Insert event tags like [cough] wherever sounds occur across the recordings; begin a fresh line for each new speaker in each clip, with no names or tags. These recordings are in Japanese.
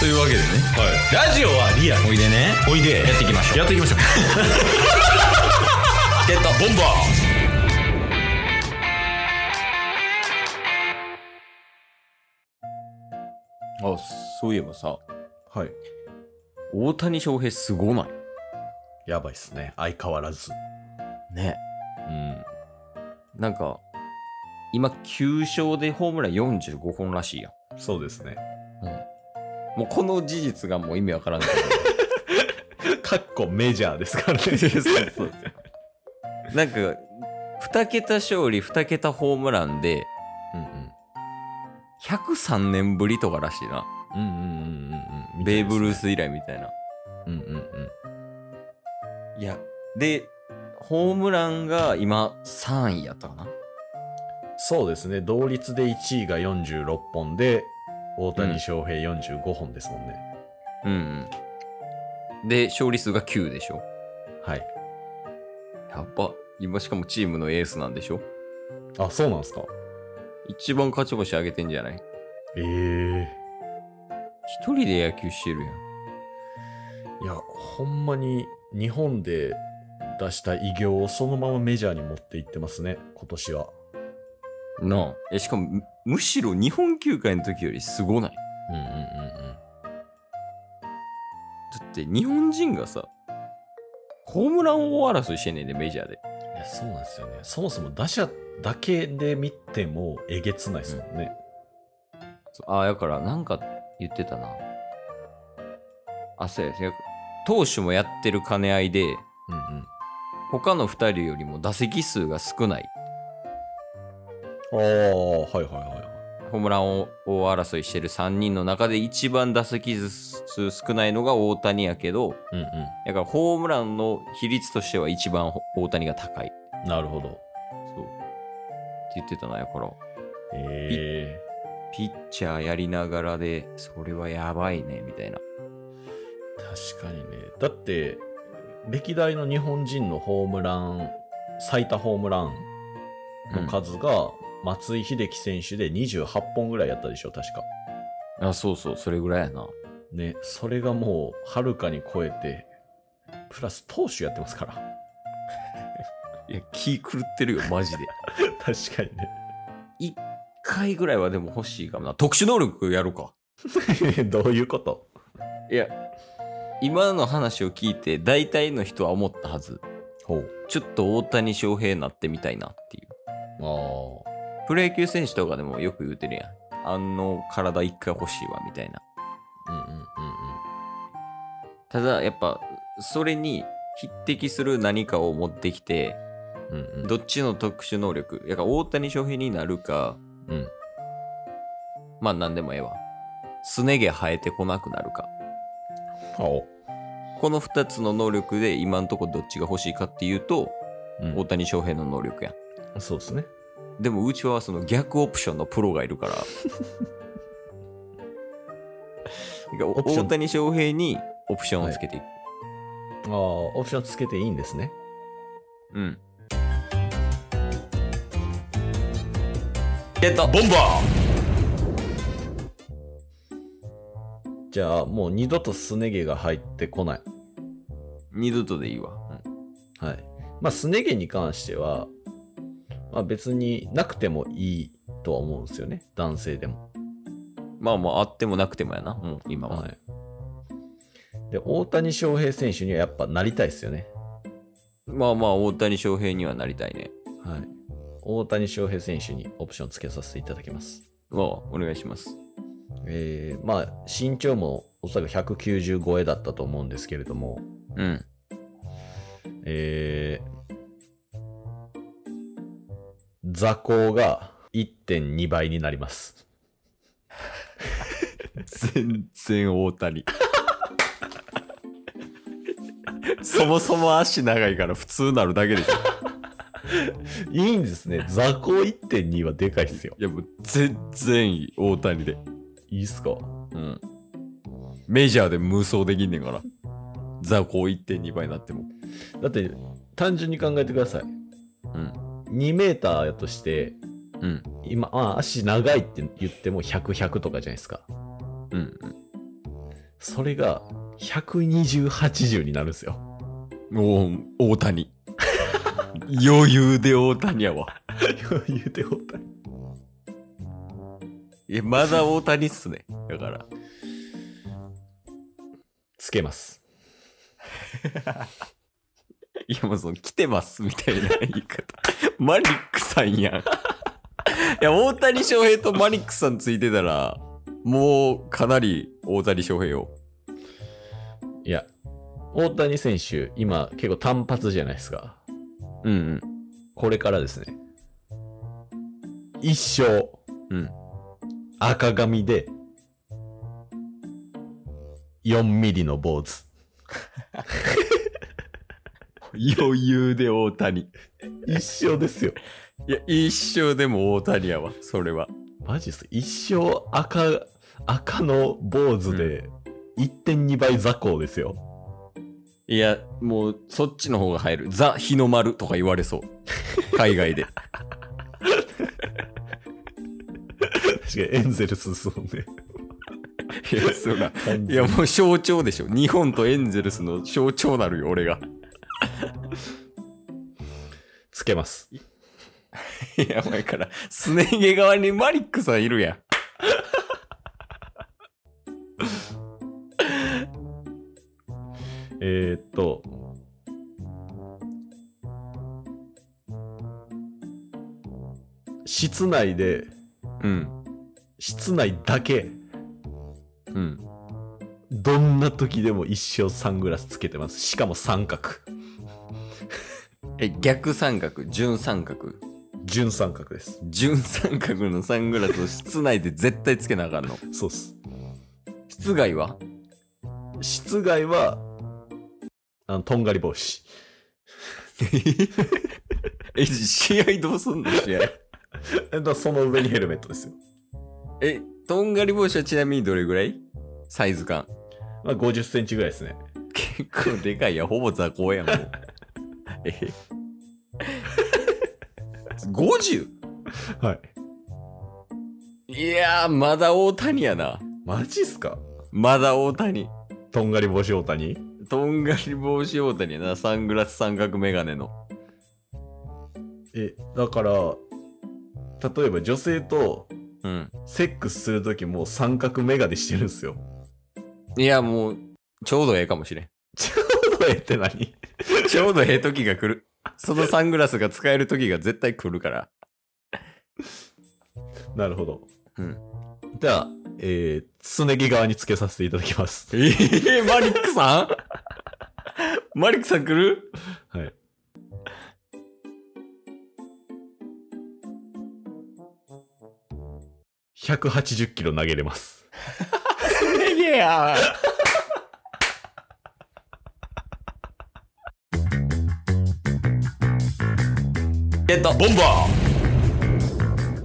というわけでね
はい。ラジオはリアル。
おいでね
おいで。
やっていきましょう
やってい [laughs] きましょう。
ゲットボンバ
あ、そういえばさ、
ーはい。
大谷翔平すごない
やばいっすね。相変わらず。
ね。うん。なんか、今、9勝でホームラン45本らしいやん。
そうですね。
もうこの事実がもう意味わからない。
かっこメジャーですからね。
[laughs] なんか、2桁勝利、2桁ホームランで、
うんうん。
103年ぶりとからしいな。
うんうんうんうんうん。
ベーブ・ルー
ス。
ス以来みたいな。
うんうんうん。
いや、で、ホームランが今3位やったかな。
[laughs] そうですね。同率で1位が46本で、大谷翔平45本ですもんね。
うんうん。で、勝利数が9でしょ。
はい。
やっぱ、今しかもチームのエースなんでしょ
あ、そうなんですか。
一番勝ち星上げてんじゃない
ええ
一人で野球してるやん。
いや、ほんまに日本で出した偉業をそのままメジャーに持っていってますね、今年は。
なあ。え、しかも、むむしろ日本球界の時よりすごない。
うんうんうんうん。
だって、日本人がさ、ホームラン王争いしてんねんで、メジャーで。
いやそうなんですよねそもそも打者だけで見てもえげつないですもんね、
そうああ、だから、なんか言ってたな。あ、そうや、そうや投手もやってる兼ね合いで、
うん、うん
他の2人よりも打席数が少ない。
ああはいはいはい
ホームラン王争いしてる3人の中で一番打席数少ないのが大谷やけど、
うん
だからホームランの比率としては一番大谷が高い。
うんなるほど
そう。って言ってたな、やから。
え
ピッチャーやりながらで、それはやばいね、みたいな。
ー、確かにねだって歴代の日本人のホームラン最多ホームランの数が松井秀喜選手で28本ぐらいやったでしょ確か
あ、そうそう、それぐらいやな。
ねそれがもうはるかに超えてプラス投手やってますから
いや、気狂って [laughs] るよ、マジで。
[laughs] 確かにね
1回ぐらいはでも欲しいかもな。特殊能力やるか。
[laughs] どういうこと
いや、今の話を聞いて、大体の人は思ったはず。
ほう
ちょっと大谷翔平になってみたいなっていう。
ああ
プロ野球選手とかでもよく言うてるやん。あの体一回欲しいわ、みたいな。
うんうんうんうん。
ただ、やっぱ、それに匹敵する何かを持ってきて、
うんうん、
どっちの特殊能力、やから大谷翔平になるか、
うん。
まあ何でもええわ。すね毛生えてこなくなるか。
お
この2つの能力で今んとこどっちが欲しいかっていうと、大谷翔平の能力やん。
そうですね。
でもうちはその逆オプションのプロがいる
[laughs]
から。なんか
オプショ
大
ン
谷翔平にオプションをつけていく。
ああ、オプションつけていいんですね。
うん。ゲット
ーボンバ
じゃあ、もう二度とすね毛が入ってこない。
二度とでいいわ。うん
はい。まあ、すね毛に関しては、まあ別になくてもいいとは思うんですよね。男性でも。
まあまあ、あってもなくてもやな、うん、今は。
はい。で、大谷翔平選手にはやっぱなりたいですよね。
まあまあ、大谷翔平にはなりたいね。
はい。大谷翔平選手にオプションつけさせていただきます。
まあ、お願いします。
えー、まあ、身長もおそらく190超えだったと思うんですけれども、
うん。
えー座高が1.2倍になります。 [laughs]
全然大 [laughs] 谷。そもそも足長いから普通なるだけでしょ。
いいんですね。座高1.2はでかいっすよ。
いやもう全然いい、大谷で。
いいっすか
うん。メジャーで無双できんねんから。ザコ1.2倍になっても。
だって、単純に考えてください。
うん。
2メーターやとして、
うん。
今、あ足長いって言っても100、100とかじゃないですか。
うん。
それが120、80になるんですよ。 [laughs]
おー大谷 [laughs] 余裕で大谷やわ
言うておった。
いやまだ大谷っすねだから
つけます。
いやもうその来てますみたいな言い方 [laughs] マリックさん [laughs] やんいや大谷翔平とマリックさんついてたらもうかなり大谷翔平を
いや、大谷選手、今結構単発じゃないですか。
うん
これからですね。一生、
うんうん
赤髪で、4ミリの坊主。
余裕で大谷
一生ですよ。
いや一生でも大谷やわそれは
マジです一生赤、赤の坊主で、1.2倍雑魚ですよ。
いやもうそっちの方が入るザ・日の丸とか言われそう海外で
確かにエンゼルスそうね。
[laughs] いやそら
完
い
全
や
に
もう象徴でしょ日本とエンゼルスの象徴なるよ俺が
つけます。
いや、前から、すね毛側にマリックさんいるやん。
えー、っと。室内で、
うん。
室内だけ、
うん。
どんな時でも一生サングラスつけてます。しかも三角。
え、逆三角、純三角。
純三角です。
純三角のサングラスを室内で絶対つけなあかんの。
そうっす。
室外は
室外は、あの、とんがり帽子。 [laughs]
え、試合どうすんの試合。
えっと、その上にヘルメットですよ。
え、とんがり帽子はちなみにどれぐらいサイズ感。
まあ、50センチぐらいですね。
結構でかいやん、ほぼ雑魚やん、もう。 [laughs] え 50?
はい。
いやー、まだ大谷やな。
マジっすか
まだ大谷。
とんがり帽子大谷
とんがり帽子大谷やな、サングラス三角メガネの。
え、だから、例えば女性と
うん。
セックスするときもう三角メガネしてるんすよ。
いや、もう、ちょうどええかもしれん。 [laughs]
ちょうどええって何
ちょうどええ時が来る。そのサングラスが使える時が絶対来るから。
[laughs] なるほど。
うん。
じゃあ、えー、すね毛側につけさせていただきます。
ええマリックさん [laughs] マリックさん来る
はい。180キロ投げれます。
[laughs] いやえっと、ボンバー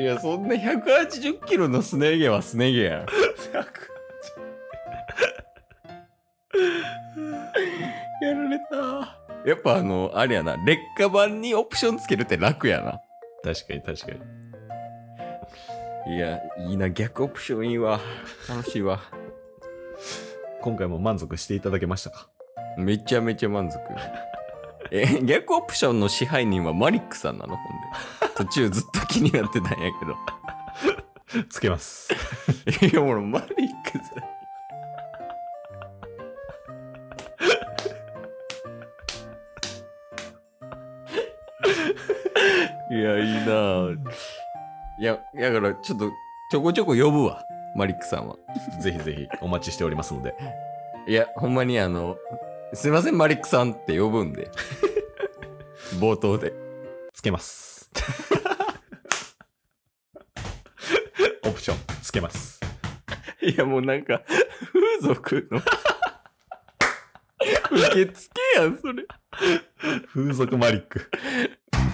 いや、そんな180キロのスネ毛はスネ毛やん。 [laughs] やられた。やっぱあの、あれやな、劣化版にオプションつけるって楽やな。
確かに確かに。
いや、いいな、逆オプションいいわ。楽しいわ。
今回も満足していただけましたか
めちゃめちゃ満足。え、逆オプションの支配人はマリックさんなのほんで。途中ずっと気になってたんやけど。
つけます。 [laughs]
いや、俺、マリックさん。いや、いいなぁ。いや、だから、ちょっと、ちょこちょこ呼ぶわ、マリックさんは。
ぜひぜひお待ちしておりますので。
いや、ほんまに、あの、すいません、マリックさんって呼ぶんで。冒頭で。
つけます。 [laughs] オプション、つけます。
いや、もうなんか、風俗の。受付やん、それ。
風俗マリック。